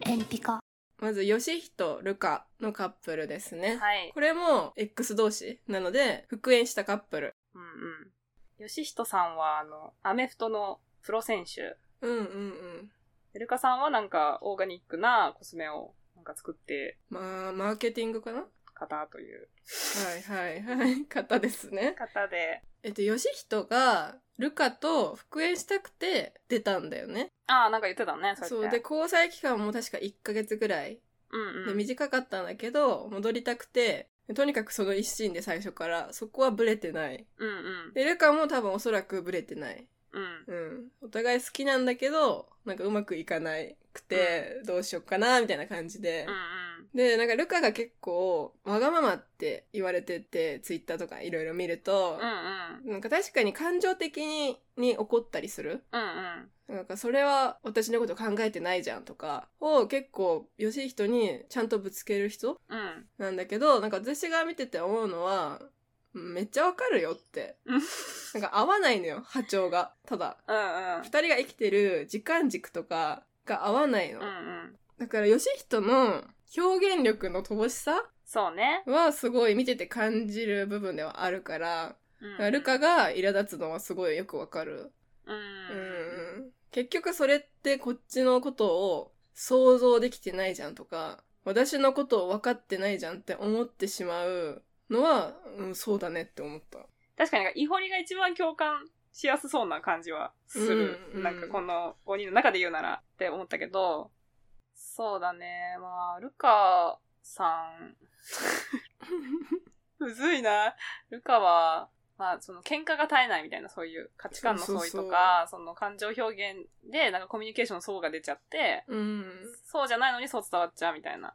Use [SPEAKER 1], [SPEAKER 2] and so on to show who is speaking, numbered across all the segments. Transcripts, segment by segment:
[SPEAKER 1] 天ピカ。
[SPEAKER 2] まず、ヨシヒとルカのカップルですね。
[SPEAKER 3] はい。
[SPEAKER 2] これも X 同士なので、復縁したカップル。
[SPEAKER 3] うんうん。吉人さんは、あの、アメフトのプロ選手。
[SPEAKER 2] うんうんうん。
[SPEAKER 3] エルカさんはなんか、オーガニックなコスメをなんか作って
[SPEAKER 2] まあ、マーケティングかなは
[SPEAKER 3] 方という
[SPEAKER 2] いはいはい。 方ですね。
[SPEAKER 3] 方で。
[SPEAKER 2] えっと、ヨシヒトが、ルカと復縁したくて出たんだよね。
[SPEAKER 3] ああ、なんか言ってたね、
[SPEAKER 2] そ
[SPEAKER 3] や
[SPEAKER 2] う。
[SPEAKER 3] って
[SPEAKER 2] で、交際期間も確か1ヶ月ぐらい。
[SPEAKER 3] うんう
[SPEAKER 2] で、
[SPEAKER 3] ん。
[SPEAKER 2] 短かったんだけど、戻りたくて、とにかくその一心で最初から、そこはブレてない。
[SPEAKER 3] うんうん。
[SPEAKER 2] で、ルカも多分おそらくブレてない。
[SPEAKER 3] うん。
[SPEAKER 2] うん。お互い好きなんだけど、なんかうまくいかなくて、どうしよっかな、みたいな感じで
[SPEAKER 3] うんう。ん。
[SPEAKER 2] で、なんかルカが結構、わがままって言われてて、ツイッターとかいろいろ見ると
[SPEAKER 3] う、ん
[SPEAKER 2] なんか確かに感情的にに怒ったりする。
[SPEAKER 3] うん。うん
[SPEAKER 2] なんかそれは私のこと考えてないじゃんとか、を結構、よしい人にちゃんとぶつける人
[SPEAKER 3] うん。うん。
[SPEAKER 2] なんだけど、なんか私が見てて思うのは、めっちゃわかるよって。
[SPEAKER 3] うん
[SPEAKER 2] なんか合わないのよ、波長が。ただ。
[SPEAKER 3] うんうん
[SPEAKER 2] 二。人が生きてる時間軸とかが合わないの。
[SPEAKER 3] うんうん。
[SPEAKER 2] だから、ヨシヒトの表現力の乏しさ
[SPEAKER 3] そうね。
[SPEAKER 2] はすごい見てて感じる部分ではあるから、
[SPEAKER 3] うん
[SPEAKER 2] ルカが苛立つのはすごいよくわかる。う
[SPEAKER 3] うんうん。
[SPEAKER 2] ん。結局それってこっちのことを想像できてないじゃんとか、私のことを分かってないじゃんって思ってしまうのは、うん、そうだねって思った。
[SPEAKER 3] 確かに、イホリが一番共感しやすそうな感じはする。
[SPEAKER 2] うんうん
[SPEAKER 3] なんかこの5人の中で言うならって思ったけど、そうだね。まあ、ルカさん、むずいな。ルカは、まあ、その喧嘩が絶えないみたいな、そういう価値観の相違とか、その感情表現で、なんかコミュニケーションの相が出ちゃって、
[SPEAKER 2] うん。
[SPEAKER 3] そうじゃないのにそう伝わっちゃうみたいな。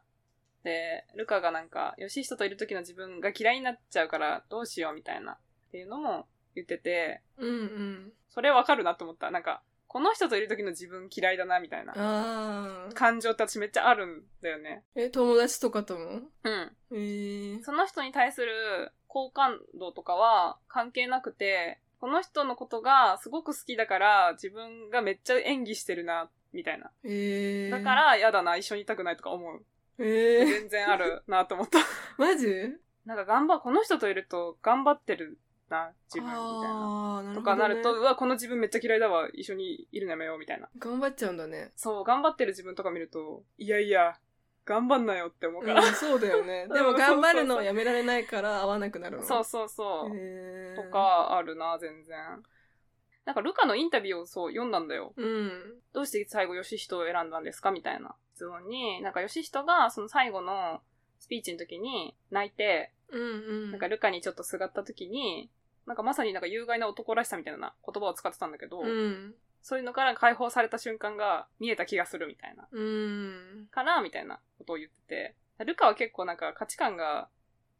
[SPEAKER 3] で、ルカがなんか、ヨシヒトといる時の自分が嫌いになっちゃうからどうしようみたいなっていうのも言ってて、
[SPEAKER 2] うんうん。
[SPEAKER 3] それわかるなと思った。なんか、この人といる時の自分嫌いだなみたいな
[SPEAKER 2] ああ。
[SPEAKER 3] 感情って私めっちゃあるんだよね。
[SPEAKER 2] え、友達とかとも
[SPEAKER 3] うん。
[SPEAKER 2] えー。
[SPEAKER 3] その人に対する好感度とかは関係なくて、この人のことがすごく好きだから自分がめっちゃ演技してるな、みたいな。
[SPEAKER 2] えー。
[SPEAKER 3] だか、ら嫌だな、一緒にいたくないとか思う。
[SPEAKER 2] えー、
[SPEAKER 3] 全然あるなと思 った。
[SPEAKER 2] マジ
[SPEAKER 3] なんか頑張、この人といると頑張ってるな、自分みたいな。
[SPEAKER 2] ああ、なる
[SPEAKER 3] と
[SPEAKER 2] ほど、
[SPEAKER 3] か
[SPEAKER 2] ね。
[SPEAKER 3] なると、うわ、この自分めっちゃ嫌いだわ、一緒にいるのやめよう、みたいな。
[SPEAKER 2] 頑張っちゃうんだね。
[SPEAKER 3] そう、頑張ってる自分とか見ると、いやいや、頑張んなよって思うから。
[SPEAKER 2] うん、そうだよ ね。でも頑張るのをやめられないから会わなくなるの。
[SPEAKER 3] そうそうそう。
[SPEAKER 2] へー
[SPEAKER 3] と。か、あるな、全然。なんか、ルカのインタビューをそう、読んだんだよ。
[SPEAKER 2] うん。
[SPEAKER 3] どうして最後、ヨシヒトを選んだんですかみたいな質問に、なんか、ヨシヒトが、その最後のスピーチの時に泣いて、
[SPEAKER 2] うんうん。
[SPEAKER 3] なんかルカにちょっとすがった時に、なんかまさになんか有害な男らしさみたいな言葉を使ってたんだけど、
[SPEAKER 2] うん。
[SPEAKER 3] そういうのから解放された瞬間が見えた気がするみたいな、
[SPEAKER 2] うん。
[SPEAKER 3] かなみたいなことを言ってて、ルカは結構なんか価値観が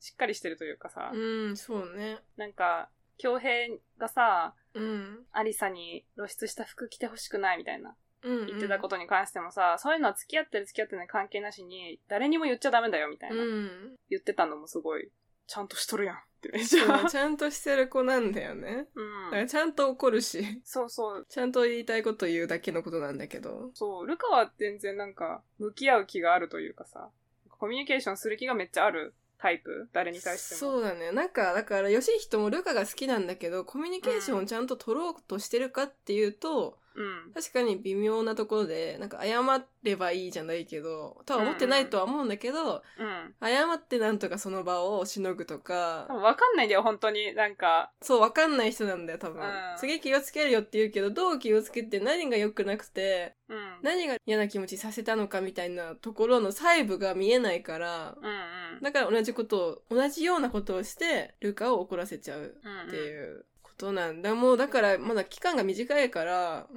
[SPEAKER 3] しっかりしてるというかさ、
[SPEAKER 2] うん、そうね。
[SPEAKER 3] なんか、京平がさ、
[SPEAKER 2] うん。
[SPEAKER 3] アリサに露出した服着てほしくないみたいな
[SPEAKER 2] うん。
[SPEAKER 3] 言ってたことに関してもさ、そういうのは付き合ってる付き合ってない関係なしに、誰にも言っちゃダメだよみたいな、
[SPEAKER 2] うん。
[SPEAKER 3] 言ってたのもすごい、ちゃんとしとるやんってめっち
[SPEAKER 2] そ
[SPEAKER 3] ゃ。
[SPEAKER 2] うちゃんとしてる子なんだよね。 だか
[SPEAKER 3] う
[SPEAKER 2] ら
[SPEAKER 3] ん。
[SPEAKER 2] ちゃんと怒るし、
[SPEAKER 3] そうそう。
[SPEAKER 2] ちゃんと言いたいこと言うだけのことなんだけど。
[SPEAKER 3] そう、ルカは全然なんか、向き合う気があるというかさ、コミュニケーションする気がめっちゃあるタイプ誰に対しても。
[SPEAKER 2] そ
[SPEAKER 3] う。
[SPEAKER 2] うだね。なんか、だから、ヨシヒトもルカが好きなんだけど、コミュニケーションをちゃんと取ろうとしてるかっていうと、
[SPEAKER 3] うん。
[SPEAKER 2] 確かに微妙なところで、なんか謝ればいいじゃないけど、とは思ってないとは思うんだけど、
[SPEAKER 3] うん。
[SPEAKER 2] 謝ってなんとかその場をしのぐと
[SPEAKER 3] 多
[SPEAKER 2] か、
[SPEAKER 3] 分わかんないんだよ、本当に。なんか、
[SPEAKER 2] そう、わかんない人なんだよ、多分
[SPEAKER 3] うん。
[SPEAKER 2] すげえ気をつけるよって言うけど、どう気をつけて何が良くなくて、
[SPEAKER 3] うん。
[SPEAKER 2] 何が嫌な気持ちさせたのかみたいなところの細部が見えないから、
[SPEAKER 3] うんうん。
[SPEAKER 2] だから同じことを、同じようなことをして、ルカを怒らせちゃう
[SPEAKER 3] うんうん
[SPEAKER 2] っていうことなんだ。もうだから、まだ期間が短いから、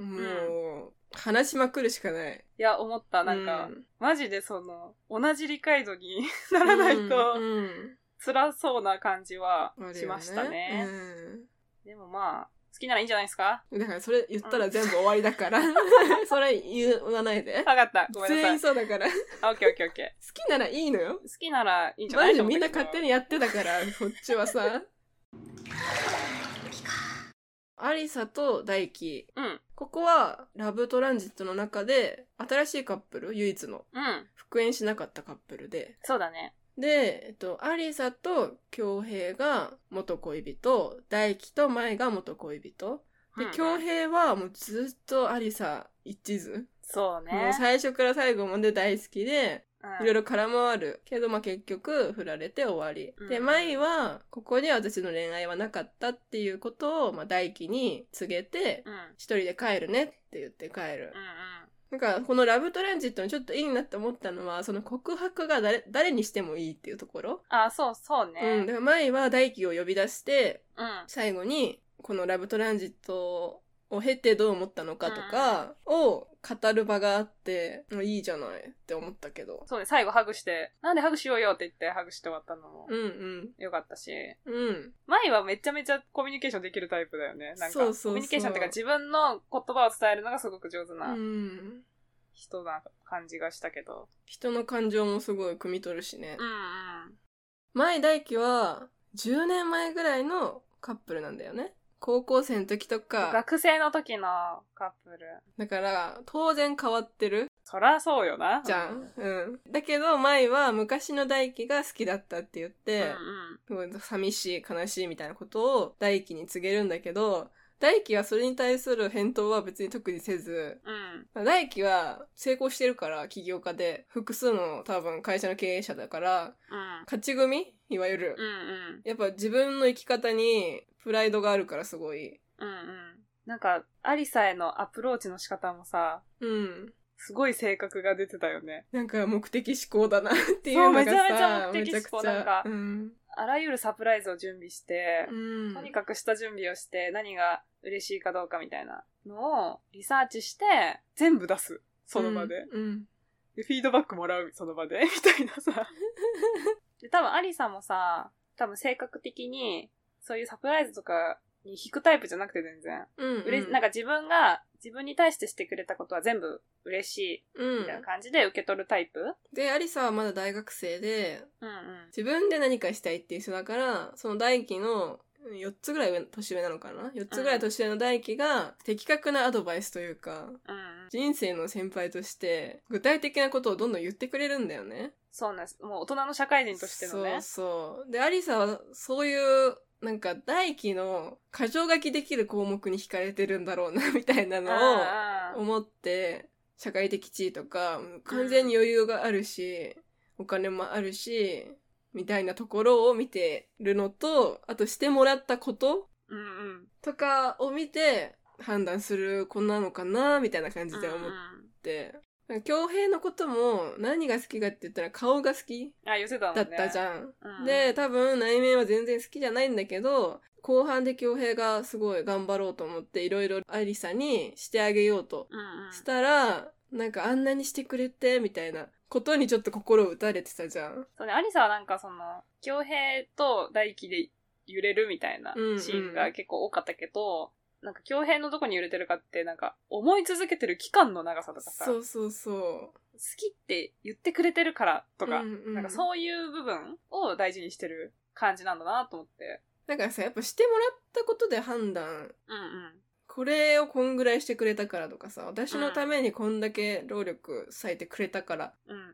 [SPEAKER 2] もう、話しまくるしかない。
[SPEAKER 3] いや、思った。なんか、
[SPEAKER 2] うん
[SPEAKER 3] マジでその、同じ理解度に ならないと、
[SPEAKER 2] うん
[SPEAKER 3] 辛そうな感じは
[SPEAKER 2] うん
[SPEAKER 3] しましたね。
[SPEAKER 2] あるよね
[SPEAKER 3] でもまあ、好きならいいんじゃないですか
[SPEAKER 2] うんだからそれ言ったら全部終わりだ から。それ言わないで。
[SPEAKER 3] わかった。ごめんな
[SPEAKER 2] 全
[SPEAKER 3] さ
[SPEAKER 2] 員
[SPEAKER 3] い。
[SPEAKER 2] そうだから。好
[SPEAKER 3] あ、オッケーオッケーオッケ
[SPEAKER 2] きならいいのよ。
[SPEAKER 3] ー。好きならいいんじゃな
[SPEAKER 2] マ
[SPEAKER 3] い
[SPEAKER 2] ジ
[SPEAKER 3] と思
[SPEAKER 2] みん
[SPEAKER 3] った
[SPEAKER 2] な
[SPEAKER 3] けど
[SPEAKER 2] 勝手にやってたから、こっちはさ。アリサと大輝。
[SPEAKER 3] うん。
[SPEAKER 2] ここは、ラブトランジットの中で、新しいカップル、唯一の、
[SPEAKER 3] うん。
[SPEAKER 2] 復縁しなかったカップルで。
[SPEAKER 3] そうだね。
[SPEAKER 2] で、えっと、アリサと京平が元恋人、大輝と舞が元恋人。で
[SPEAKER 3] うん、
[SPEAKER 2] 京平はもうずっとアリサ一途。
[SPEAKER 3] そう
[SPEAKER 2] もう
[SPEAKER 3] ね。
[SPEAKER 2] 最初から最後まで大好きで、
[SPEAKER 3] うん
[SPEAKER 2] いろいろ絡まわる。けど、まあ結局、振られて終わり。で、
[SPEAKER 3] うん
[SPEAKER 2] 舞は、ここには私の恋愛はなかったっていうことを、まあ大輝に告げて、
[SPEAKER 3] うん。うん
[SPEAKER 2] 一人で帰るねって言って帰るな
[SPEAKER 3] う。ん。
[SPEAKER 2] んか、このラブトランジットにちょっといいなって思ったのは、その告白が誰誰にしてもいいっていうところ。
[SPEAKER 3] あ、そうそうね。
[SPEAKER 2] うん。だから前は大輝を呼び出して、
[SPEAKER 3] うん。
[SPEAKER 2] 最後に、このラブトランジットを経てどう思ったのかとかを語る場があって、もういいじゃないって思ったけど。
[SPEAKER 3] そうね、最後ハグして、なんでハグしようよって言ってハグして終わったのも
[SPEAKER 2] うんうん。
[SPEAKER 3] よかったし、
[SPEAKER 2] うん。
[SPEAKER 3] 舞はめちゃめちゃコミュニケーションできるタイプだよね。なんか、
[SPEAKER 2] そうそうそう
[SPEAKER 3] コミュニケーションっていうか自分の言葉を伝えるのがすごく上手
[SPEAKER 2] う。
[SPEAKER 3] なん人な感じがしたけど。
[SPEAKER 2] 人の感情もすごい汲み取るしね
[SPEAKER 3] うん。うん。
[SPEAKER 2] 前大輝は、10年前ぐらいのカップルなんだよね。高校生の時とか。
[SPEAKER 3] 学生の時のカップル。
[SPEAKER 2] だから、当然変わってる。
[SPEAKER 3] そらそうよな。
[SPEAKER 2] じゃん。うん。だけど、舞は昔の大輝が好きだったって言っ
[SPEAKER 3] うんう
[SPEAKER 2] て、
[SPEAKER 3] ん。
[SPEAKER 2] すごい寂しい、悲しいみたいなことを大輝に告げるんだけど、大輝はそれに対する返答は別に特にせず、
[SPEAKER 3] うん。
[SPEAKER 2] まあ大輝は成功してるから、起業家で、複数の多分会社の経営者だから、
[SPEAKER 3] うん。
[SPEAKER 2] 勝ち組いわゆる。
[SPEAKER 3] うんうん。
[SPEAKER 2] やっぱ自分の生き方にプライドがあるからすごい。
[SPEAKER 3] うんうん。なんか、アリサへのアプローチの仕方もさ、
[SPEAKER 2] うん。
[SPEAKER 3] すごい性格が出てたよね。
[SPEAKER 2] なんか目的思考だなっていうのがさ、
[SPEAKER 3] そうめちゃめちゃ目的思考
[SPEAKER 2] めちゃくちゃ
[SPEAKER 3] なんか
[SPEAKER 2] うん。
[SPEAKER 3] あらゆるサプライズを準備して、
[SPEAKER 2] うん。
[SPEAKER 3] とにかく下準備をして、何が嬉しいかどうかみたいなのをリサーチして、全部出す。その場で。
[SPEAKER 2] うん。うん
[SPEAKER 3] でフィードバックもらう、その場で。 みたいなさ。で、多分アリサもさ、多分性格的に、そういうサプライズとかに引くタイプじゃなくて全然。
[SPEAKER 2] うん
[SPEAKER 3] うれなん
[SPEAKER 2] か、
[SPEAKER 3] か自分が、自分に対してしてくれたことは全部嬉しい
[SPEAKER 2] うん
[SPEAKER 3] みたいな感じで受け取るタイプ
[SPEAKER 2] で、アリサはまだ大学生で、
[SPEAKER 3] うんうん。
[SPEAKER 2] 自分で何かしたいっていう人だから、その大輝の4つぐらい上年上なのかな ?4 つぐらい年上の大輝が的確なアドバイスというか、
[SPEAKER 3] うんうん。
[SPEAKER 2] 人生の先輩として具体的なことをどんどん言ってくれるんだよね。
[SPEAKER 3] そうなんです。もう大人の社会人としてのね。
[SPEAKER 2] そうそう。で、アリサはそういう、なんか大輝の過剰書きできる項目に惹かれてるんだろうな、みたいなのを、
[SPEAKER 3] うんうん
[SPEAKER 2] 思って社会的地位とか完全に余裕があるし、お金もあるしみたいなところを見てるのとあとしてもらったこと
[SPEAKER 3] うんうん。
[SPEAKER 2] とかを見て判断する子なのかなみたいな感じで思
[SPEAKER 3] う
[SPEAKER 2] っ
[SPEAKER 3] んうん
[SPEAKER 2] て。恭平のことも何が好きかって言ったら顔が好き
[SPEAKER 3] あ、寄せたの
[SPEAKER 2] だ
[SPEAKER 3] ね。
[SPEAKER 2] ったじゃん。
[SPEAKER 3] うんうん
[SPEAKER 2] で、多分内面は全然好きじゃないんだけど、後半で恭平がすごい頑張ろうと思っていろいろアリサにしてあげようと
[SPEAKER 3] うんうん。
[SPEAKER 2] したら、なんかあんなにしてくれて、みたいなことにちょっと心を打たれてたじゃん。
[SPEAKER 3] そうね、アリサはなんかその、京平と大輝で揺れるみたいな
[SPEAKER 2] うんうん
[SPEAKER 3] シーンが結構多かったけど、なんか京平のどこに揺れてるかって、なんか思い続けてる期間の長さとかさ、
[SPEAKER 2] そ
[SPEAKER 3] 好
[SPEAKER 2] うそうそ
[SPEAKER 3] きって言ってくれてるから
[SPEAKER 2] う。
[SPEAKER 3] とか、
[SPEAKER 2] うんうん
[SPEAKER 3] なんかそういう部分を大事にしてる感じなんだなと思って。
[SPEAKER 2] だからさ、やっぱしてもらったことで判断、
[SPEAKER 3] うん
[SPEAKER 2] これをこんぐらいしてくれたからとかさ、私のためにこんだけ労力割いてくれたから、
[SPEAKER 3] うん。うん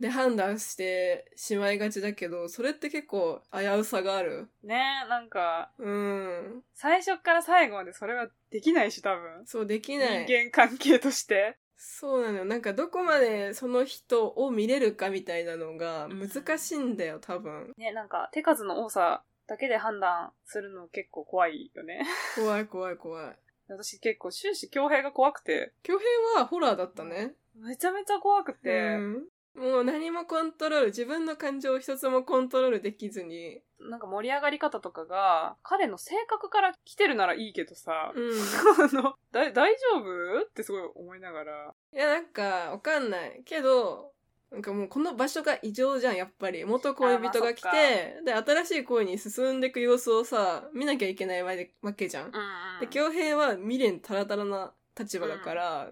[SPEAKER 2] で判断してしまいがちだけど、それって結構危うさがある。
[SPEAKER 3] うん。ねえ、なんか、
[SPEAKER 2] うん。
[SPEAKER 3] 最初から最後までそれはできないし、多分。
[SPEAKER 2] そう、でき
[SPEAKER 3] 人
[SPEAKER 2] ない。
[SPEAKER 3] 間関係として。
[SPEAKER 2] そうなのよ。なんかどこまでその人を見れるかみたいなのが難しいんだよ、多分。
[SPEAKER 3] ね、なんか、手数の多さだけで判断するの結構怖いよね。
[SPEAKER 2] 怖い怖い怖い。
[SPEAKER 3] 私結構終始強兵が怖くて、
[SPEAKER 2] 巨編はホラーだったね。
[SPEAKER 3] めちゃめちゃ怖くて、
[SPEAKER 2] うん、もう何もコントロール、自分の感情を一つもコントロールできずに。
[SPEAKER 3] なんか盛り上がり方とかが、彼の性格から来てるならいいけどさ、
[SPEAKER 2] うん
[SPEAKER 3] あの、だ、大丈夫ってすごい思いながら。
[SPEAKER 2] いや、なんか、わかんない。けど、なんかもうこの場所が異常じゃん、やっぱり。元恋人が来
[SPEAKER 3] あまあ
[SPEAKER 2] て、で、新しい恋に進んでいく様子をさ、見なきゃいけないわけわけじゃん。
[SPEAKER 3] ん、
[SPEAKER 2] で、恭平は未練たらたらな立場だから、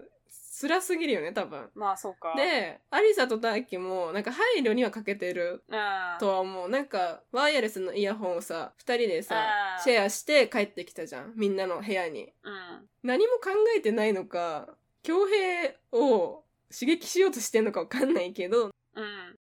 [SPEAKER 2] 辛すぎるよね、多分。
[SPEAKER 3] まあそうか。、
[SPEAKER 2] で、アリサと大輝も、なんか配慮には欠けてる
[SPEAKER 3] うん。あ
[SPEAKER 2] とは思う。なんか、ワイヤレスのイヤホンをさ、二人でさ
[SPEAKER 3] あ、ー
[SPEAKER 2] シェアして帰ってきたじゃん。みんなの部屋に。
[SPEAKER 3] うん。
[SPEAKER 2] 何も考えてないのか、強兵を刺激しようとしてんのかわかんないけど、
[SPEAKER 3] うん。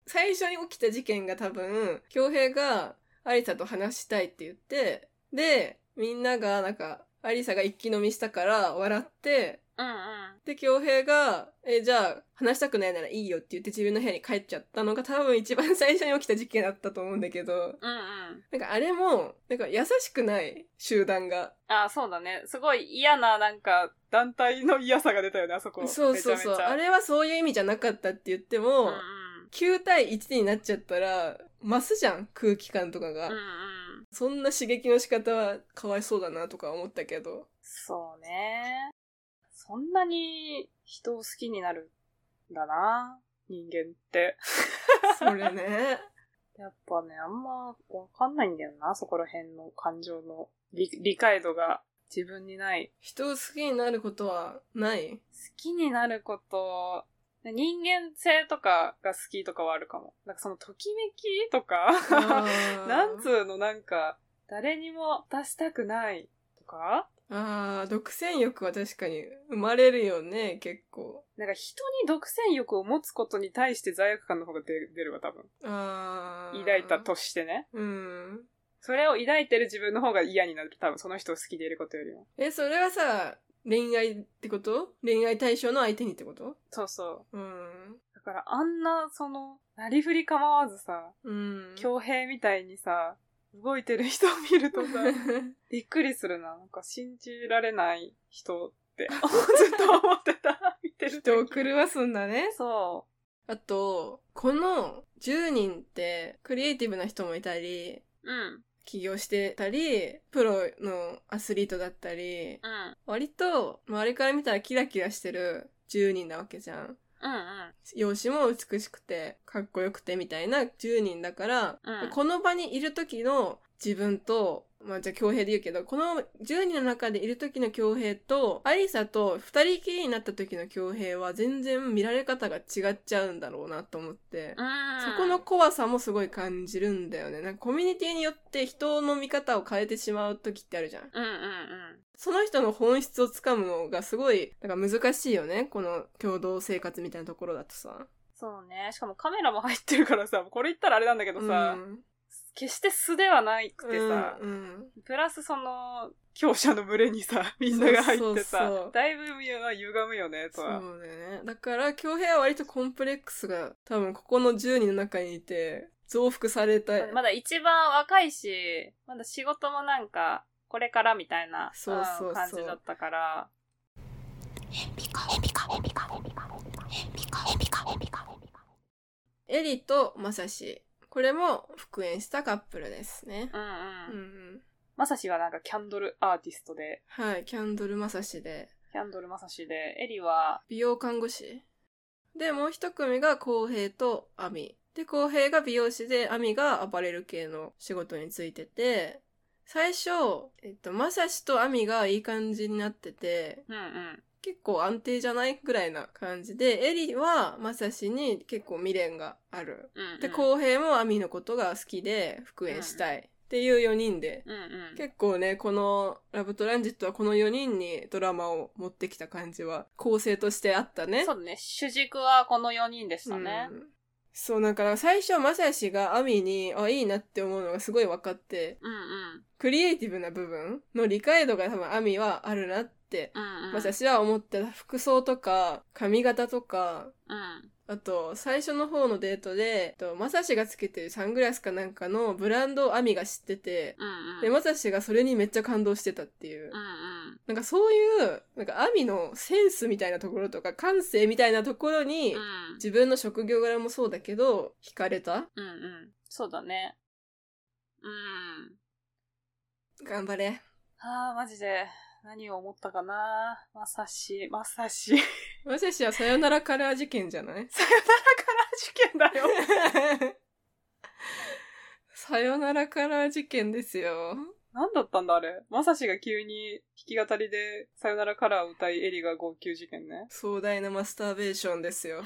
[SPEAKER 2] 最初に起きた事件が多分、京平がアリサと話したいって言って、で、みんながなんか、アリサが一気飲みしたから笑って、
[SPEAKER 3] うんうん。
[SPEAKER 2] で、京平が、え、じゃあ、話したくないならいいよって言って自分の部屋に帰っちゃったのが多分一番最初に起きた事件だったと思うんだけど、
[SPEAKER 3] うんうん。
[SPEAKER 2] なんかあれも、なんか優しくない集団が。
[SPEAKER 3] ああ、そうだね。すごい嫌な、なんか、団体の嫌さが出たよね、あそこ。
[SPEAKER 2] そうそうそう。
[SPEAKER 3] めちゃめちゃ
[SPEAKER 2] あれはそういう意味じゃなかったって言って
[SPEAKER 3] うん
[SPEAKER 2] も、
[SPEAKER 3] うん。
[SPEAKER 2] 9対1になっちゃったら、増すじゃん、空気感とかが。
[SPEAKER 3] うんうん。
[SPEAKER 2] そんな刺激の仕方はかわいそうだなとか思ったけど。
[SPEAKER 3] そうね。そんなに人を好きになるんだな。人間って。
[SPEAKER 2] それね。
[SPEAKER 3] やっぱね、あんまわかんないんだよな、そこら辺の感情の理理解度が自分にない。
[SPEAKER 2] 人を好きになることはない
[SPEAKER 3] 好きになること、人間性とかが好きとかはあるかも。なんかそのときめきとか、な
[SPEAKER 2] なん
[SPEAKER 3] つうのなんか、誰にも出したくないとか、
[SPEAKER 2] あー独占欲は確かに生まれるよね、結構。
[SPEAKER 3] なんか人に独占欲を持つことに対して罪悪感の方が出出るわ、多分。
[SPEAKER 2] あー
[SPEAKER 3] 抱いた。としてね。
[SPEAKER 2] うん。
[SPEAKER 3] それを抱いてる自分の方が嫌になる。多分その人を好きでいることよりも。
[SPEAKER 2] え、それはさ、恋愛ってこと恋愛対象の相手にってこと
[SPEAKER 3] そうそう。
[SPEAKER 2] うん。
[SPEAKER 3] だからあんな、その、なりふり構わずさ、
[SPEAKER 2] うん。
[SPEAKER 3] 強兵みたいにさ、動いてる人を見る とさ、びっくりするな。なんか信じられない人 って、ずっと思ってた。見てる時
[SPEAKER 2] 人を狂わすんだね。
[SPEAKER 3] そ
[SPEAKER 2] あと、この10人ってクリエイティブな人もいたり、
[SPEAKER 3] う。うん。
[SPEAKER 2] 起業してたり、プロのアスリートだったり、
[SPEAKER 3] うん。
[SPEAKER 2] 割と周りから見たらキラキラしてる10人なわけじゃん。
[SPEAKER 3] うんうん。
[SPEAKER 2] 容姿も美しくて、かっこよくてみたいな10人だから、
[SPEAKER 3] うん
[SPEAKER 2] この場にいる時の自分と、まあじゃあ強兵で言うけど、この10人の中でいる時の強兵と、アリサと2人きりになった時の強兵は全然見られ方が違っちゃうんだろうなと思って。そこの怖さもすごい感じるんだよね。なんかコミュニティによって人の見方を変えてしまう時ってあるじゃん。
[SPEAKER 3] うんうんうん。
[SPEAKER 2] その人の本質をつかむのがすごい、なんか難しいよね。この共同生活みたいなところだとさ。
[SPEAKER 3] そうね。しかもカメラも入ってるからさ、これ言ったらあれなんだけどさ、
[SPEAKER 2] うん
[SPEAKER 3] 決して素ではないくてさ、
[SPEAKER 2] うんうん
[SPEAKER 3] プラスその、強者の群 れにさ、みんなが入ってさ、
[SPEAKER 2] そうそうそう
[SPEAKER 3] だいぶ歪むよね、と
[SPEAKER 2] そう
[SPEAKER 3] は。
[SPEAKER 2] ね。だから、京平は割とコンプレックスが多分ここの10人の中にいて、増幅された。
[SPEAKER 3] まだ一番若いし、まだ仕事もなんか、これからみたいな
[SPEAKER 2] そうそうそうん
[SPEAKER 3] 感じだったから。
[SPEAKER 2] エリとマサシ。これも復縁したカップルですね
[SPEAKER 3] う。ん
[SPEAKER 2] う
[SPEAKER 3] うん。
[SPEAKER 2] うんん。
[SPEAKER 3] まさしはなんかキャンドルアーティストで、
[SPEAKER 2] はい、キャンドルマサシで。
[SPEAKER 3] キャンドルまさしで、エリは、
[SPEAKER 2] 美容看護師でもう一組が浩平と亜美で浩平が美容師で亜美がアパレル系の仕事についてて最初、えっと、まさしと亜美がいい感じになってて
[SPEAKER 3] うんうん。
[SPEAKER 2] 結構安定じゃないぐらいな感じでエリはまさしに結構未練がある
[SPEAKER 3] うん、うん。
[SPEAKER 2] で浩平も亜美のことが好きで復縁したいっていう4人で
[SPEAKER 3] うんうん。
[SPEAKER 2] 結構ね、このラブトランジットはこの4人にドラマを持ってきた感じは構成としてあったね。
[SPEAKER 3] そうだね。主軸はこの4人でしたね。
[SPEAKER 2] うんそう、なんか最初、まさしがアミに、あ、いいなって思うのがすごい分かって、
[SPEAKER 3] うんうん。
[SPEAKER 2] クリエイティブな部分の理解度が多分アミはあるなって、
[SPEAKER 3] うんうん。
[SPEAKER 2] まさしは思ってた。服装とか、髪型とか、
[SPEAKER 3] うん。
[SPEAKER 2] あと、最初の方のデートで、えっとまさしがつけてるサングラスかなんかのブランドをアミが知ってて、
[SPEAKER 3] うんうん。
[SPEAKER 2] で、まさしがそれにめっちゃ感動してたっていう
[SPEAKER 3] う。ん
[SPEAKER 2] なんかそういう、なんかアミのセンスみたいなところとか、感性みたいなところに、
[SPEAKER 3] うん。うん。
[SPEAKER 2] 自分の職業柄もそうだけど、惹かれた
[SPEAKER 3] うんうん。そうだね。うん。
[SPEAKER 2] 頑張れ。
[SPEAKER 3] ああ、マジで、何を思ったかな。まさし、まさし。さ よ
[SPEAKER 2] マセシはさよならカラー事件じゃない
[SPEAKER 3] ならから事件だよ。
[SPEAKER 2] さよならカラー事件ですよ。
[SPEAKER 3] なんだったんだあれ。まさしが急に弾き語りでさよならカラーを歌いエリが号泣事件ね。
[SPEAKER 2] 壮大なマスターベーションですよ。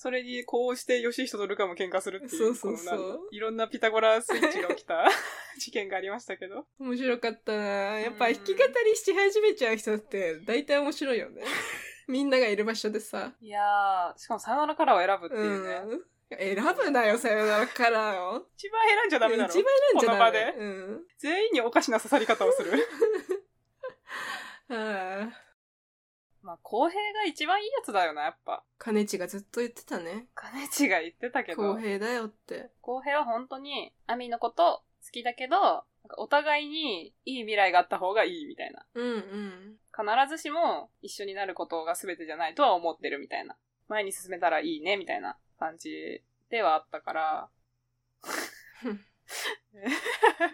[SPEAKER 3] それにこうしてヨシヒトとルカも喧嘩するっていう、
[SPEAKER 2] そうそうそう
[SPEAKER 3] このなんだいろんなピタゴラスイッチが起きた 事件がありましたけど。
[SPEAKER 2] 面白かったなやっぱ
[SPEAKER 3] うん
[SPEAKER 2] 弾き語りし始めちゃう人って大体面白い よね。みんながいる場所でさ。
[SPEAKER 3] いやー、しかもさよならカラーを選ぶっていう
[SPEAKER 2] う
[SPEAKER 3] ね。
[SPEAKER 2] ん。選ぶなよ、さよならカラーを。
[SPEAKER 3] 一番選んじゃダメだろ
[SPEAKER 2] 一。番選んじゃダメ。
[SPEAKER 3] こ
[SPEAKER 2] うん。
[SPEAKER 3] 全員におかしな刺さり方をする。
[SPEAKER 2] ああ。
[SPEAKER 3] まあ、公平が一番いいやつだよな、やっぱ。
[SPEAKER 2] 金地がずっと言ってたね。
[SPEAKER 3] 金地が言ってたけど。
[SPEAKER 2] 公平だよって。
[SPEAKER 3] 公平は本当に、アミのこと好きだけど、なんかお互いにいい未来があった方がいいみたいな。
[SPEAKER 2] うんうん。
[SPEAKER 3] 必ずしも一緒になることが全てじゃないとは思ってるみたいな。前に進めたらいいねみたいな感じではあったから。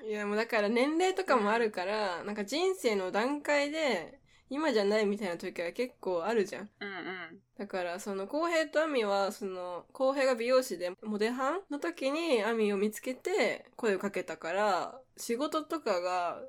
[SPEAKER 2] いやもうだから年齢とかもあるから、なんか人生の段階で今じゃないみたいな時は結構あるじゃん。
[SPEAKER 3] うんうん。
[SPEAKER 2] だからその浩平とアミはその浩平が美容師でモデハンの時にアミを見つけて声をかけたから仕事とかが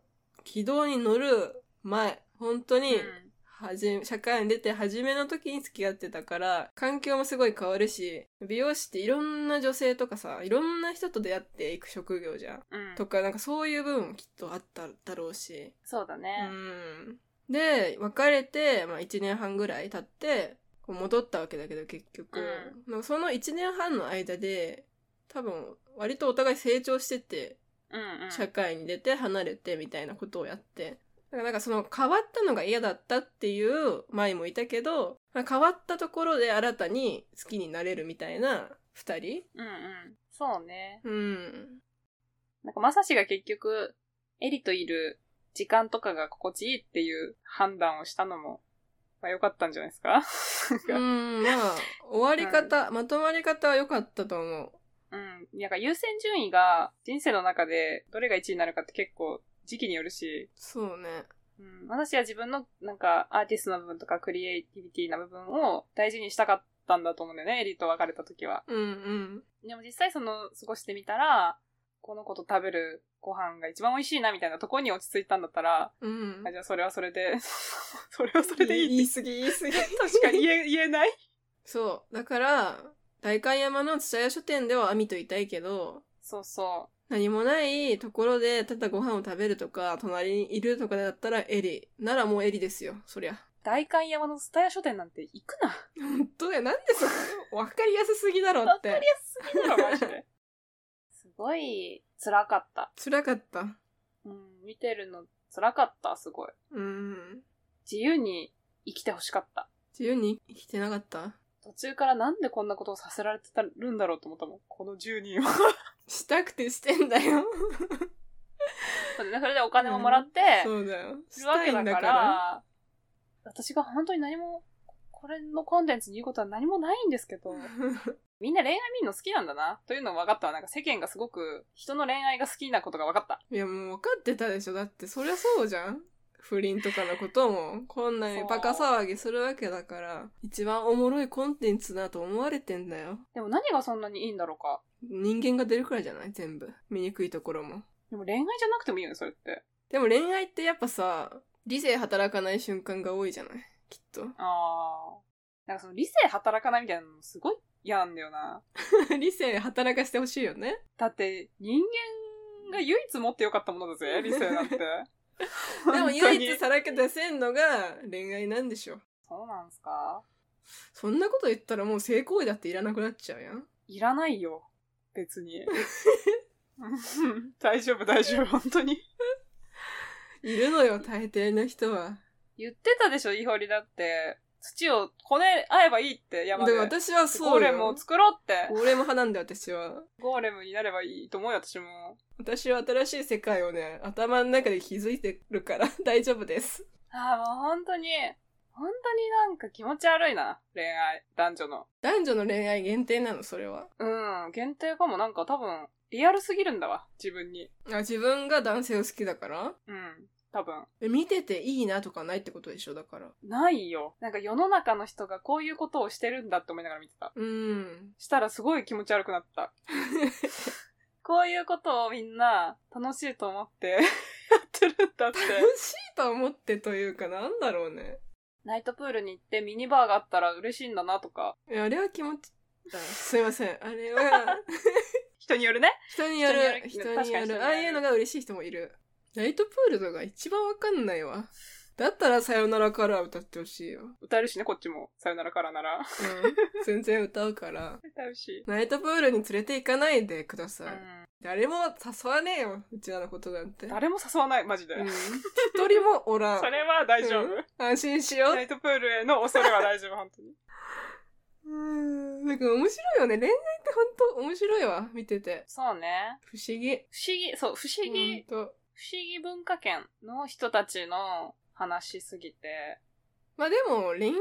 [SPEAKER 2] 軌道に乗る前本当に
[SPEAKER 3] うん
[SPEAKER 2] はじ社会に出て初めの時に付き合ってたから環境もすごい変わるし美容師っていろんな女性とかさいろんな人と出会っていく職業じゃん。
[SPEAKER 3] うん
[SPEAKER 2] とかなんかそういう部分もきっとあっただろうし。
[SPEAKER 3] そうだ
[SPEAKER 2] う
[SPEAKER 3] ね。
[SPEAKER 2] ん、で別れて、まあ、1年半ぐらい経ってこう戻ったわけだけど結局、なんかその1年半の間で多分割とお互い成長してて
[SPEAKER 3] うん、うん、
[SPEAKER 2] 社会に出て離れてみたいなことをやって。だからなんかその変わったのが嫌だったっていう前もいたけど、まあ変わったところで新たに好きになれるみたいな二人
[SPEAKER 3] うんうん。そうね。
[SPEAKER 2] うん。
[SPEAKER 3] なんかまさしが結局、エリといる時間とかが心地いいっていう判断をしたのも、まあ良かったんじゃないですか
[SPEAKER 2] う
[SPEAKER 3] なんか
[SPEAKER 2] ん、まあ、終わり方、まとまり方は良かったと思う。
[SPEAKER 3] うん。なんか優先順位が人生の中でどれが1位になるかって結構時期によるし、
[SPEAKER 2] そうね。
[SPEAKER 3] うん、私は自分のなんかアーティストの部分とかクリエイティビティな部分を大事にしたかったんだと思うんだよね、エリと別れた時は。
[SPEAKER 2] うんうん。
[SPEAKER 3] でも実際その過ごしてみたら、この子と食べるご飯が一番美味しいなみたいなところに落ち着いたんだったら、
[SPEAKER 2] うん
[SPEAKER 3] あ。じゃあそれはそれで、 それはそれでいいって
[SPEAKER 2] 言い過ぎ 言い過ぎ。
[SPEAKER 3] 確かに 言え言えない
[SPEAKER 2] そう。だから、代官山の蔦屋書店では網といたいけど、
[SPEAKER 3] そうそ
[SPEAKER 2] 何もないところでただご飯を食べるとか、隣にいるとかだったらエリ。ならもうエリですよ、そりゃ。
[SPEAKER 3] う。代官山の蔦屋書店なんて行くな。
[SPEAKER 2] 本当だよ。なんでそこ、わかりやすすぎだろっ
[SPEAKER 3] わかりや
[SPEAKER 2] て。
[SPEAKER 3] すぎだろ、マジで。 すごい辛かった。
[SPEAKER 2] 辛かった。
[SPEAKER 3] うん、見てるの辛かった、すごい。
[SPEAKER 2] うん。
[SPEAKER 3] 自由に生きてほしかった。
[SPEAKER 2] 自由に生きてなかった
[SPEAKER 3] 途中からなんでこんなことをさせられてたるんだろうと思ったもん。この10人は。
[SPEAKER 2] したくてしてんだよ。
[SPEAKER 3] それでそれでお金ももらって、
[SPEAKER 2] そうだよ。
[SPEAKER 3] す
[SPEAKER 2] し
[SPEAKER 3] るわ
[SPEAKER 2] た
[SPEAKER 3] け
[SPEAKER 2] い
[SPEAKER 3] だ
[SPEAKER 2] んだ
[SPEAKER 3] か
[SPEAKER 2] から。
[SPEAKER 3] ら、私が本当に何も、これのコンテンツに言うことは何もないんですけど、みんな恋愛見るの好きなんだな、というのも分かったわ。なんか世間がすごく、人の恋愛が好きなことが分かった。
[SPEAKER 2] いやもう分かってたでしょだってそりゃそうじゃん不倫とかのこともこんなにバカ騒ぎするわけだから一番おもろいコンテンツだと思われてんだよ
[SPEAKER 3] でも何がそんなにいいんだろうか。
[SPEAKER 2] 人間が出るくらいじゃない全部醜いところも
[SPEAKER 3] でも恋愛じゃなくてもいいよね、それって。
[SPEAKER 2] でも恋愛ってやっぱさ理性働かない瞬間が多いじゃないきっと
[SPEAKER 3] あー。なんかその理性働かないみたいなのすごい嫌なんだよな。
[SPEAKER 2] 理性働かしてほしいよね
[SPEAKER 3] だって、人間が唯一持ってよかったものだ ぜ、理性なんて。
[SPEAKER 2] でも
[SPEAKER 3] 本当に
[SPEAKER 2] 唯一さらけ出せんのが恋愛なんでしょ
[SPEAKER 3] そうなんすか
[SPEAKER 2] そんなこと言ったらもう性行為だっていらなくなっちゃうやん
[SPEAKER 3] いらないよ。別に。 うん大丈夫、大丈夫、本当に。
[SPEAKER 2] いるのよ大抵の人は
[SPEAKER 3] 言ってたでしょ、イホリだって。土をこね合えばいいって、
[SPEAKER 2] で
[SPEAKER 3] 山
[SPEAKER 2] も
[SPEAKER 3] で。
[SPEAKER 2] 私は
[SPEAKER 3] ゴ
[SPEAKER 2] そ
[SPEAKER 3] ー
[SPEAKER 2] う
[SPEAKER 3] レ
[SPEAKER 2] よ
[SPEAKER 3] ムを作ろうって。
[SPEAKER 2] ゴーレム派なんだよ私は。
[SPEAKER 3] ゴーレムになればいいと思うよ、私も。
[SPEAKER 2] 私は新しい世界をね、頭の中で気づいてるから 大丈夫です。
[SPEAKER 3] ああ、もう本当に、本当になんか気持ち悪いな、恋愛、男女の。
[SPEAKER 2] 男女の恋愛限定なの、それは。
[SPEAKER 3] うん、限定かも、なんか多分、リアルすぎるんだわ、自分に。
[SPEAKER 2] あ自分が男性を好きだから
[SPEAKER 3] うん、多分。
[SPEAKER 2] え見てていいなとかないってことでしょ、だから。
[SPEAKER 3] ないよ。なんか世の中の人がこういうことをしてるんだって思いながら見てた。
[SPEAKER 2] うん。
[SPEAKER 3] したらすごい気持ち悪くなった。こういうことをみんな楽しいと思って やってるんだ って。
[SPEAKER 2] 楽しいと思ってというかなんだろうね。
[SPEAKER 3] ナイトプールに行ってミニバーがあったら嬉しいんだなとか、
[SPEAKER 2] いやあれは気持ち、あすいません。あれ は、
[SPEAKER 3] 人によるね。
[SPEAKER 2] 人による、
[SPEAKER 3] 人
[SPEAKER 2] 人に
[SPEAKER 3] による
[SPEAKER 2] よ
[SPEAKER 3] 確かに人によ
[SPEAKER 2] る。
[SPEAKER 3] る
[SPEAKER 2] ああいうのが嬉しい人もいる。ナイトプールとか一番わかんないわ。だったらさよならカラー歌ってほしいよ。
[SPEAKER 3] 歌えるしね、こっちも。さよならからな ら。
[SPEAKER 2] うん。全然歌うから。
[SPEAKER 3] 歌えるし。
[SPEAKER 2] ナイトプールに連れて行かないでくだ
[SPEAKER 3] う
[SPEAKER 2] さい。
[SPEAKER 3] ん。
[SPEAKER 2] 誰も誘わねえよ。うちらのことなんて。
[SPEAKER 3] 誰も誘わない、マジで。
[SPEAKER 2] うん。一人もおらん
[SPEAKER 3] そ。れは大丈夫。
[SPEAKER 2] 安心しよ
[SPEAKER 3] ナイトプールへの恐れは大丈夫、本当に。
[SPEAKER 2] う。うん。なんか面白いよね。恋愛ってほんと面白いわ。見てて。
[SPEAKER 3] そうね。
[SPEAKER 2] 不思議。
[SPEAKER 3] 不思議、そう、不思議、
[SPEAKER 2] ほんと
[SPEAKER 3] 不思議文化圏の人たちの話しすぎて、
[SPEAKER 2] まあでも恋愛も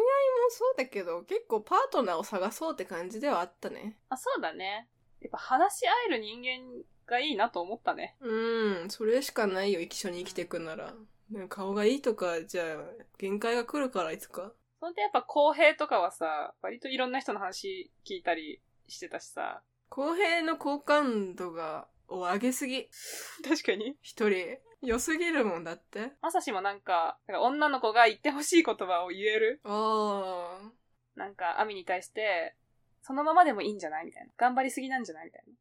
[SPEAKER 2] そうだけど結構パートナーを探そうって感じではあったね。
[SPEAKER 3] あ、そうだね。やっぱ話し合える人間がいいなと思ったね。
[SPEAKER 2] うん、それしかないよ、一緒に生きていくなら。ね顔がいいとか、じゃあ、限界が来るからいつか。
[SPEAKER 3] そんでやっぱ公平とかはさ、割といろんな人の話聞いたりしてたしさ、
[SPEAKER 2] 公平の好感度が、を上げすぎ。
[SPEAKER 3] 確かに。
[SPEAKER 2] 一人。良すぎるもんだって。
[SPEAKER 3] まさしもなんか、なんか女の子が言ってほしい言葉を言える。
[SPEAKER 2] ああ。
[SPEAKER 3] なんか、アミに対して、そのままでもいいんじゃないみたいな。頑張りすぎなんじゃないみたいな。こ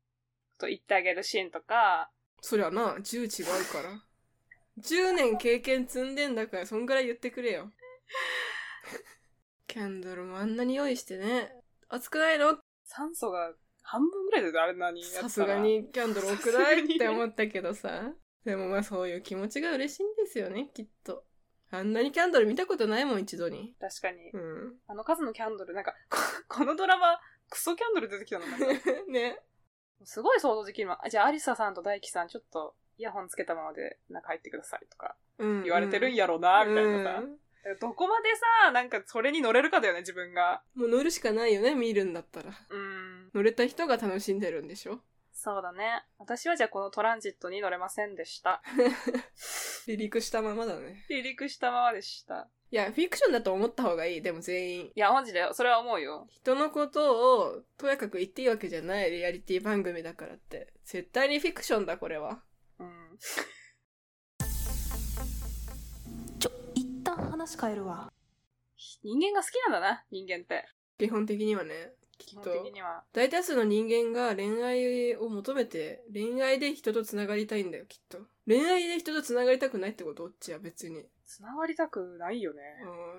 [SPEAKER 3] と言ってあげるシーンとか、
[SPEAKER 2] そりゃな、10違うから。10年経験積んでんだから、そんぐらい言ってくれよ。 キャンドルもあんなに用意してね。熱くないの
[SPEAKER 3] 酸素が半分ぐらいであれなにやったら
[SPEAKER 2] さすが。にキャンドル多くな
[SPEAKER 3] さすが
[SPEAKER 2] い
[SPEAKER 3] に
[SPEAKER 2] って思ったけどさ。でもまあそういう気持ちが嬉しいんですよね、きっと。あんなにキャンドル見たことないもん、一度に。
[SPEAKER 3] 確かに
[SPEAKER 2] う。ん。
[SPEAKER 3] あの数のキャンドル、なんか、 ここのドラマ、クソキャンドル出てきたのな んか
[SPEAKER 2] ね。
[SPEAKER 3] すごい想像できるの。あじゃあ、アリサさんと大輝さん、ちょっと、イヤホンつけたままで、なんか入ってくださいとか、
[SPEAKER 2] うん
[SPEAKER 3] 言われてるんやろうな、みたいなさ
[SPEAKER 2] う。ん
[SPEAKER 3] どこまでさ、なんか、それに乗れるかだよね、自分が。
[SPEAKER 2] もう乗るしかないよね、見るんだったら。
[SPEAKER 3] うん。
[SPEAKER 2] 乗れた人が楽しんでるんでしょ
[SPEAKER 3] そうだね。私はじゃあ、このトランジットに乗れませんでした。
[SPEAKER 2] 離陸したままだね。
[SPEAKER 3] 離陸したままでした。
[SPEAKER 2] いや、フィクションだと思った方がいい、でも全員。
[SPEAKER 3] いや、マジで、それは思うよ。
[SPEAKER 2] 人のことをとやかく言っていいわけじゃないリアリティ番組だからって絶対にフィクションだこれは
[SPEAKER 3] うん。
[SPEAKER 1] ちょ一旦話変えるわ
[SPEAKER 3] 人間が好きなんだな、人間って。
[SPEAKER 2] 基本的にはね
[SPEAKER 3] 基
[SPEAKER 2] きっ
[SPEAKER 3] 本
[SPEAKER 2] と
[SPEAKER 3] 的には。
[SPEAKER 2] 大多数の人間が恋愛を求めて恋愛で人とつながりたいんだよきっと恋愛で人とつながりたくないってことオッチは別に、
[SPEAKER 3] 繋がりたくないよね。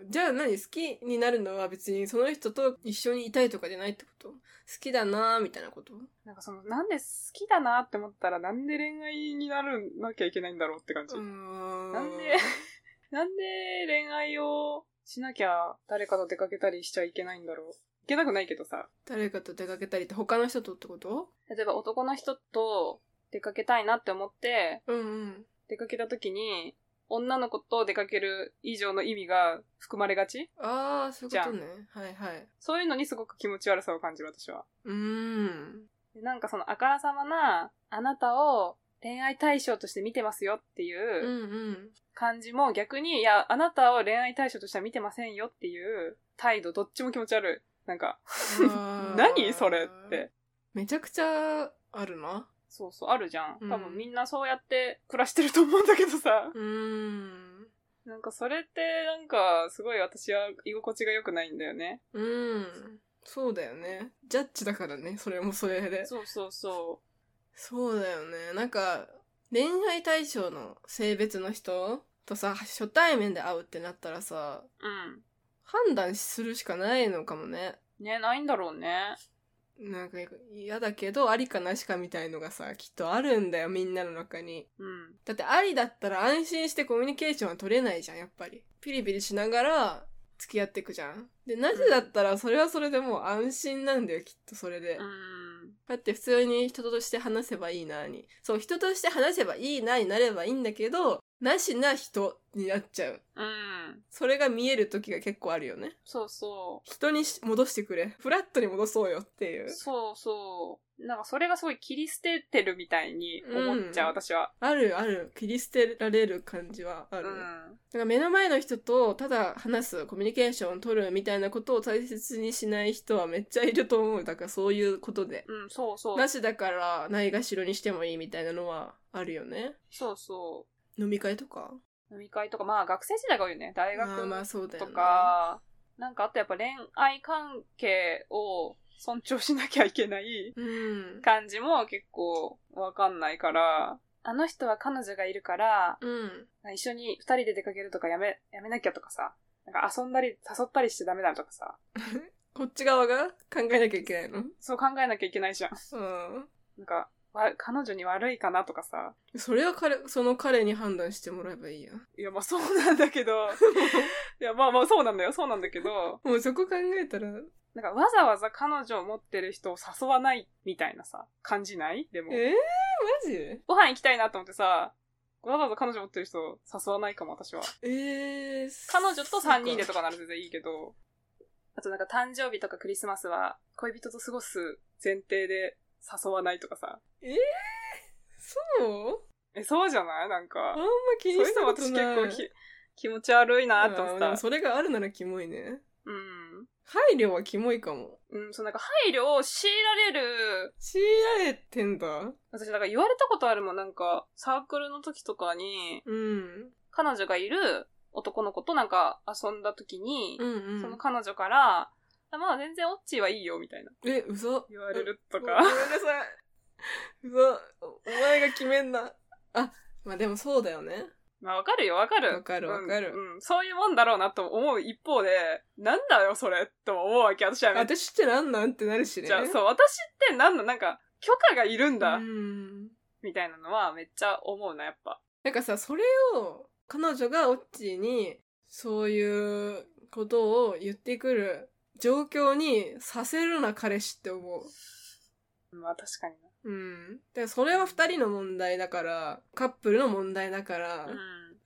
[SPEAKER 2] うん、じゃあ何好きになるのは別にその人と一緒にいたいとかじゃないってこと好きだなーみたいなこと
[SPEAKER 3] なんかその、なんで好きだなって思ったら、なんで恋愛になるなきゃいけないんだろうって感じ。
[SPEAKER 2] うーん
[SPEAKER 3] なんで なんで恋愛をしなきゃ誰かと出かけたりしちゃいけないんだろう。いけなくないけどさ。
[SPEAKER 2] 誰かと出かけたりって他の人とってこと
[SPEAKER 3] 例えば男の人と出かけたいなって思って、
[SPEAKER 2] うんうん
[SPEAKER 3] 出かけた時に、女の子と出かける以上の意味が含まれがち
[SPEAKER 2] ああ、そういう
[SPEAKER 3] じ
[SPEAKER 2] こ
[SPEAKER 3] ゃ
[SPEAKER 2] と
[SPEAKER 3] ん
[SPEAKER 2] ね。はいはい。
[SPEAKER 3] そういうのにすごく気持ち悪さを感じる私は。
[SPEAKER 2] うーん。
[SPEAKER 3] でなんかそのあからさまな、あなたを恋愛対象として見てますよっていうう、
[SPEAKER 2] ん うん。
[SPEAKER 3] 感じも逆に、いや、あなたを恋愛対象としては見てませんよっていう態度、どっちも気持ち悪い。なんか、
[SPEAKER 2] あー
[SPEAKER 3] 何それって。。
[SPEAKER 2] めちゃくちゃあるな。
[SPEAKER 3] そうそう、あるじゃん。
[SPEAKER 2] うん
[SPEAKER 3] 多分みんなそうやって暮らしてると思うんだけどさ。
[SPEAKER 2] うーん。
[SPEAKER 3] なんかそれって、なんか、すごい私は居心地が良くないんだよね。
[SPEAKER 2] うーん。そうだよね。ジャッジだからね、それもそれで。
[SPEAKER 3] そうそうそ
[SPEAKER 2] そうだよね。なんか、恋愛対象の性別の人とさ、初対面で会うってなったらさ、
[SPEAKER 3] う。う
[SPEAKER 2] 判断するしかないのかもね。
[SPEAKER 3] ん。ね、ないんだろうね。
[SPEAKER 2] なんか嫌だけど、ありかなしかみたいのがさ、きっとあるんだよ、みんなの中に。
[SPEAKER 3] うん。
[SPEAKER 2] だってありだったら安心してコミュニケーションは取れないじゃん、やっぱり。ピリピリしながら付き合っていくじゃん。で、なぜだったらそれはそれでもう安心なんだよ、きっとそれで。
[SPEAKER 3] うん。
[SPEAKER 2] だって普通に人として話せばいいなに。そう、人として話せばいいなになればいいんだけど、なしな人になっちゃう。
[SPEAKER 3] うん。
[SPEAKER 2] それが見える時が結構あるよね。
[SPEAKER 3] そうそ。
[SPEAKER 2] 人にし戻してくれ。フラットに戻そうよっていうう。
[SPEAKER 3] そうそう。なんかそれがすごい切り捨ててるみたいに思っちゃ
[SPEAKER 2] うん
[SPEAKER 3] う、私は。
[SPEAKER 2] あるある。切り捨てられる感じはあ
[SPEAKER 3] う
[SPEAKER 2] る。
[SPEAKER 3] ん。
[SPEAKER 2] なんか目の前の人とただ話す、コミュニケーションを取るみたいなことを大切にしない人はめっちゃいると思う。だからそういうことで。
[SPEAKER 3] うん、そうそう。
[SPEAKER 2] なしだからないがしろにしてもいいみたいなのはあるよね。
[SPEAKER 3] そうそ
[SPEAKER 2] 飲み会とか
[SPEAKER 3] う。飲み会とか、まあ学生時代が多いよね。大
[SPEAKER 2] あーまあ
[SPEAKER 3] 学
[SPEAKER 2] そうだよ
[SPEAKER 3] と
[SPEAKER 2] ね。
[SPEAKER 3] か、なんかあとやっぱ恋愛関係を尊重しなきゃいけない
[SPEAKER 2] うん。
[SPEAKER 3] 感じも結構わかんないから、あの人は彼女がいるから、
[SPEAKER 2] うん。
[SPEAKER 3] 一緒に二人で出かけるとかやめ、やめなきゃとかさ、なんか遊んだり、誘ったりしてダメだとかさ、
[SPEAKER 2] こっち側が考えなきゃいけないの。
[SPEAKER 3] そう考えなきゃいけないじゃん。
[SPEAKER 2] うん。
[SPEAKER 3] なんか、わ彼女に悪いかなとかさ、
[SPEAKER 2] それは彼、その彼に判断してもらえばいいや。
[SPEAKER 3] いや、まあそうなん だけど、いや、まあまあそうなんだよ、そうなんだけど、
[SPEAKER 2] もうそこ考えたら、
[SPEAKER 3] なんかわざわざ彼女を持ってる人を誘わないみたいなさ、感じないでも
[SPEAKER 2] え、ー、マジ
[SPEAKER 3] ご飯行きたいなと思ってさ、わざわざ彼女持ってる人を誘わないかも、私は。
[SPEAKER 2] えー、
[SPEAKER 3] 彼女と3人でと
[SPEAKER 2] か。
[SPEAKER 3] かなら全然いいけど、あとなんか誕生日とかクリスマスは恋人と過ごす前提で誘わないとかさ。
[SPEAKER 2] そう
[SPEAKER 3] え、そうじゃないなん
[SPEAKER 2] あん
[SPEAKER 3] か
[SPEAKER 2] ま。気
[SPEAKER 3] そう
[SPEAKER 2] にし
[SPEAKER 3] いう
[SPEAKER 2] た
[SPEAKER 3] の
[SPEAKER 2] こと
[SPEAKER 3] 私
[SPEAKER 2] な
[SPEAKER 3] 結
[SPEAKER 2] い。
[SPEAKER 3] 構ひ気持ち悪いなと思っ
[SPEAKER 2] あでも
[SPEAKER 3] た。
[SPEAKER 2] それがあるならキモいね。
[SPEAKER 3] うん。
[SPEAKER 2] 配慮はキモいかも。
[SPEAKER 3] うん、そうなんか配慮を強いられる。
[SPEAKER 2] 強いられてんだ。
[SPEAKER 3] 私なんか言われたことあるもん、なんかサークルの時とかに、
[SPEAKER 2] うん。
[SPEAKER 3] 彼女がいる男の子となんか遊んだ時に、
[SPEAKER 2] うんうん。
[SPEAKER 3] その彼女から、あまあ全然オッチーはいいよみたいな
[SPEAKER 2] え、嘘
[SPEAKER 3] 言われると
[SPEAKER 2] ごめん
[SPEAKER 3] か
[SPEAKER 2] な。さい。嘘。お前が決めんな。あ、まあでもそうだよね。
[SPEAKER 3] まあ、わかるよ、わかる。
[SPEAKER 2] わかるわかる
[SPEAKER 3] うん。うんそういうもんだろうなと思う一方で、なんだよ、それ、とも思うわけ、私はめっち
[SPEAKER 2] 私ってなんなんってなるしね。
[SPEAKER 3] ゃ。そう、私ってなんだ、なんか、許可がいるんだ、
[SPEAKER 2] うん。
[SPEAKER 3] みたいなのは、めっちゃ思うな、やっぱ。
[SPEAKER 2] なんかさ、それを、彼女がオッチーに、そういうことを言ってくる状況にさせるな、彼氏って思う。
[SPEAKER 3] まあ、確かに
[SPEAKER 2] うん。で、それは二人の問題だから、カップルの問題だから
[SPEAKER 3] な。う、ん。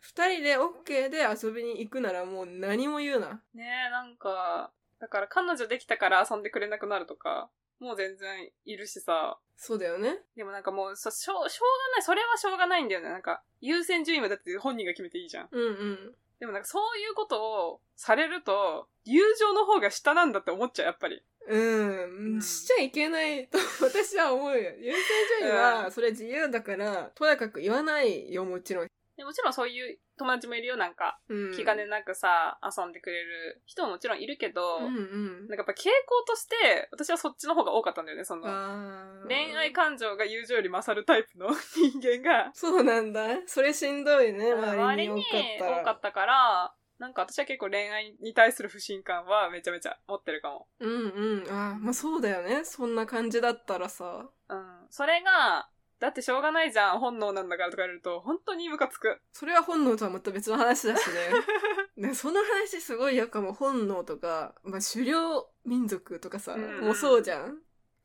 [SPEAKER 2] 二、人で OK で遊びに行くならもう何も言うな。
[SPEAKER 3] ねえ、なんか、だから、彼女できたから遊んでくれなくなるとか、もう全然いるしさ。
[SPEAKER 2] そうだよね。
[SPEAKER 3] でもなんかもう、そしょう、しょうがない、それはしょうがないんだよね。なんか、優先順位はだって本人が決めていいじゃん。
[SPEAKER 2] うんうん。
[SPEAKER 3] でもなんかそういうことをされると、友情の方が下なんだって思っちゃう、やっぱり。
[SPEAKER 2] うん、
[SPEAKER 3] うん
[SPEAKER 2] しちゃいけないと私は思う よ。優先順位
[SPEAKER 3] う
[SPEAKER 2] は、
[SPEAKER 3] ん
[SPEAKER 2] それ自由だから、とやかく言わないよ、もちろん。
[SPEAKER 3] でもちろんそういう友達もいるよ、なんか。
[SPEAKER 2] うん、
[SPEAKER 3] 気兼ねなくさ、遊んでくれる人ももちろんいるけど、
[SPEAKER 2] うん
[SPEAKER 3] なんか
[SPEAKER 2] うん。
[SPEAKER 3] やっぱ傾向として、私はそっちの方が多かったんだよね、その。
[SPEAKER 2] あー
[SPEAKER 3] 恋愛感情が友情より勝るタイプの 人間が、
[SPEAKER 2] そうなんだ。それしんどいね、周
[SPEAKER 3] 周
[SPEAKER 2] り
[SPEAKER 3] り
[SPEAKER 2] に多か
[SPEAKER 3] に
[SPEAKER 2] ったら。
[SPEAKER 3] 多かったから、なんか私は結構恋愛に対する不信感はめちゃめちゃ持ってるかも。
[SPEAKER 2] うんうん。あーまあそうだよね。そんな感じだったらさ。
[SPEAKER 3] うん。それが、だってしょうがないじゃん、本能なんだからとか言われると、本当にムカつく。
[SPEAKER 2] それは本能とはまた別の話だし ね。ねその話すごいやかも。本能とか、まあ狩猟民族とかさ、
[SPEAKER 3] うん
[SPEAKER 2] もうそうじゃん。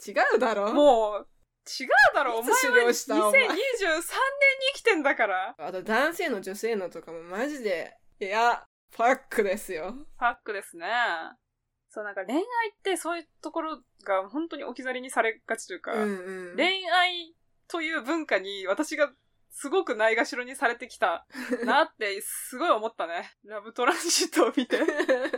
[SPEAKER 2] 違うだろ
[SPEAKER 3] もう、違うだろ、お
[SPEAKER 2] い
[SPEAKER 3] 前
[SPEAKER 2] つ終
[SPEAKER 3] は
[SPEAKER 2] 了し
[SPEAKER 3] 2023
[SPEAKER 2] たお
[SPEAKER 3] 年
[SPEAKER 2] 前
[SPEAKER 3] に生きてんだから。
[SPEAKER 2] あと男性の女性のとかもマジで、いや、ファックですよ。
[SPEAKER 3] ファックですね。そう、なんか恋愛ってそういうところが本当に置き去りにされがちというか、
[SPEAKER 2] うんうん。
[SPEAKER 3] 恋愛という文化に私がすごくないがしろにされてき たなってすごい思ったね。ラブトランジットを見て。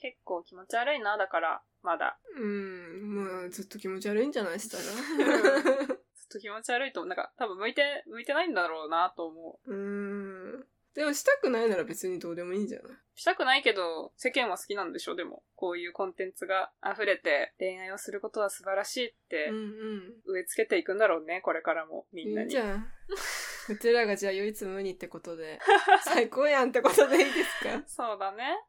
[SPEAKER 3] 結構気持ち悪いな、だから、まだ。
[SPEAKER 2] うん、もうずっと気持ち悪いんじゃないしたら。
[SPEAKER 3] ずっと気持ち悪いと思う、なんか多分向いて、向いてないんだろうなと思う。
[SPEAKER 2] うん。でもしたくないなら別にどうでもいいんじゃない
[SPEAKER 3] したくないけど、世間は好きなんでしょ、でも。こういうコンテンツが溢れて、恋愛をすることは素晴らしいって
[SPEAKER 2] うん、うん。
[SPEAKER 3] 植え付けていくんだろうね、これからも、みんない
[SPEAKER 2] い
[SPEAKER 3] に。
[SPEAKER 2] じゃん。うちらがじゃあ唯一無二ってことで、最高やんってことでいいですか
[SPEAKER 3] そうだね。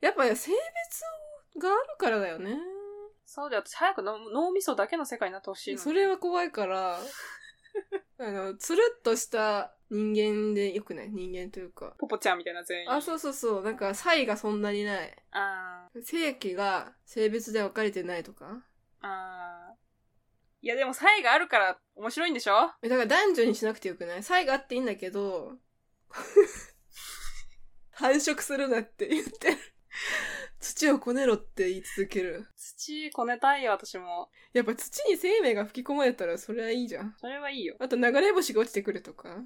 [SPEAKER 2] やっぱ性別があるからだよね。
[SPEAKER 3] そうだよ、私早くの脳みそだけの世界になってほしいのに。
[SPEAKER 2] それは怖いから、あの、つるっとした人間でよくない人間というか。
[SPEAKER 3] ポポちゃんみたいな全員。。
[SPEAKER 2] あ、そううそうそう。なんか、差異がそんなにない。
[SPEAKER 3] あー
[SPEAKER 2] 性器が性別で分かれてないとか。
[SPEAKER 3] あー。いや、でも、差異があるから面白いんでしょ
[SPEAKER 2] えだから男女にしなくてよくない差異があっていいんだけど、 繁殖するなって言ってる。土をこねろって言い続ける。
[SPEAKER 3] 土こねたいよ、私も。
[SPEAKER 2] やっぱ土に生命が吹き込まれたらそれはいいじゃん。
[SPEAKER 3] それはいいよ。
[SPEAKER 2] あと流れ星が落ちてくるとか。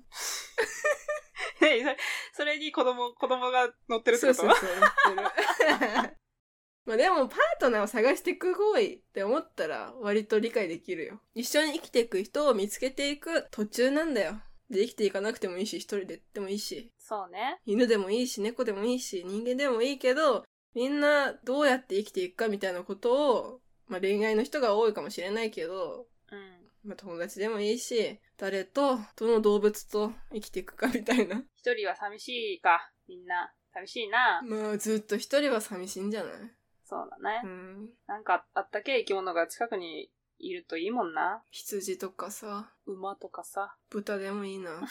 [SPEAKER 3] えそれそれに子供、子供が乗ってるって
[SPEAKER 2] そう
[SPEAKER 3] こと
[SPEAKER 2] そうそう、やってる。 まあでもパートナーを探していく行為って思ったら割と理解できるよ。一緒に生きていく人を見つけていく途中なんだよ。で生きていかなくてもいいし、一人で行ってもいいし、
[SPEAKER 3] そうね。
[SPEAKER 2] 犬でもいいし、猫でもいいし、人間でもいいけど、みんなどうやって生きていくかみたいなことを、まあ恋愛の人が多いかもしれないけど、
[SPEAKER 3] うん。
[SPEAKER 2] まあ友達でもいいし、誰と、どの動物と生きていくかみたいな。
[SPEAKER 3] 一人は寂しいか、みんな。寂しいな。
[SPEAKER 2] まあずっと一人は寂しいんじゃない
[SPEAKER 3] そうだね。
[SPEAKER 2] うん。
[SPEAKER 3] なんか、あったけえ生き物が近くにいるといいもんな。
[SPEAKER 2] 羊とかさ、
[SPEAKER 3] 馬とかさ。
[SPEAKER 2] 豚でもいいな。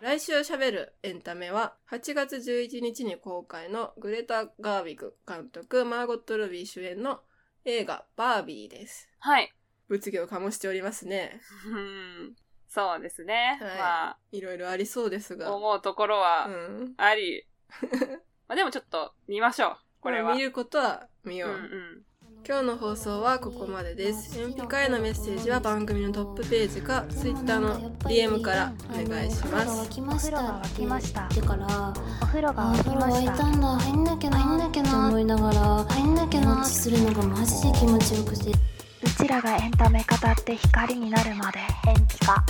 [SPEAKER 2] 来週喋るエンタメは8月11日に公開のグレタ・ガービグ監督マーゴット・ルビー主演の映画バービーです。
[SPEAKER 3] はい。
[SPEAKER 2] 物議を醸しておりますね。
[SPEAKER 3] うん。そうですね。
[SPEAKER 2] はい
[SPEAKER 3] ま
[SPEAKER 2] いろいろありそうです
[SPEAKER 3] あ、
[SPEAKER 2] が。
[SPEAKER 3] 思うところ
[SPEAKER 2] う
[SPEAKER 3] は、
[SPEAKER 2] ん。
[SPEAKER 3] あり。 まあでもちょっと、見ましょう。これ
[SPEAKER 2] まあ
[SPEAKER 3] は。
[SPEAKER 2] 見ることは見
[SPEAKER 3] う
[SPEAKER 2] よ
[SPEAKER 3] ん
[SPEAKER 2] う、
[SPEAKER 3] うん。
[SPEAKER 1] 今日の放送はここまでです。エンピカへのメッセージは番組のトップページか Twitter の DM からお願いし
[SPEAKER 4] お風呂
[SPEAKER 1] ま
[SPEAKER 4] 沸
[SPEAKER 1] す。
[SPEAKER 4] きました
[SPEAKER 5] お風呂が沸きました
[SPEAKER 4] って言ってから
[SPEAKER 5] お風呂
[SPEAKER 4] あお
[SPEAKER 5] が沸き
[SPEAKER 4] 風呂
[SPEAKER 5] ま
[SPEAKER 4] 沸
[SPEAKER 5] し
[SPEAKER 4] い
[SPEAKER 5] た
[SPEAKER 4] たんだ入んなきゃな
[SPEAKER 5] 入んなきゃな
[SPEAKER 4] って思いながら
[SPEAKER 5] 入んなきゃ
[SPEAKER 4] 寝
[SPEAKER 5] な
[SPEAKER 4] 落ちするのがマジで気持ちよくて
[SPEAKER 5] うちらがエンタメ語って光になるまで延期か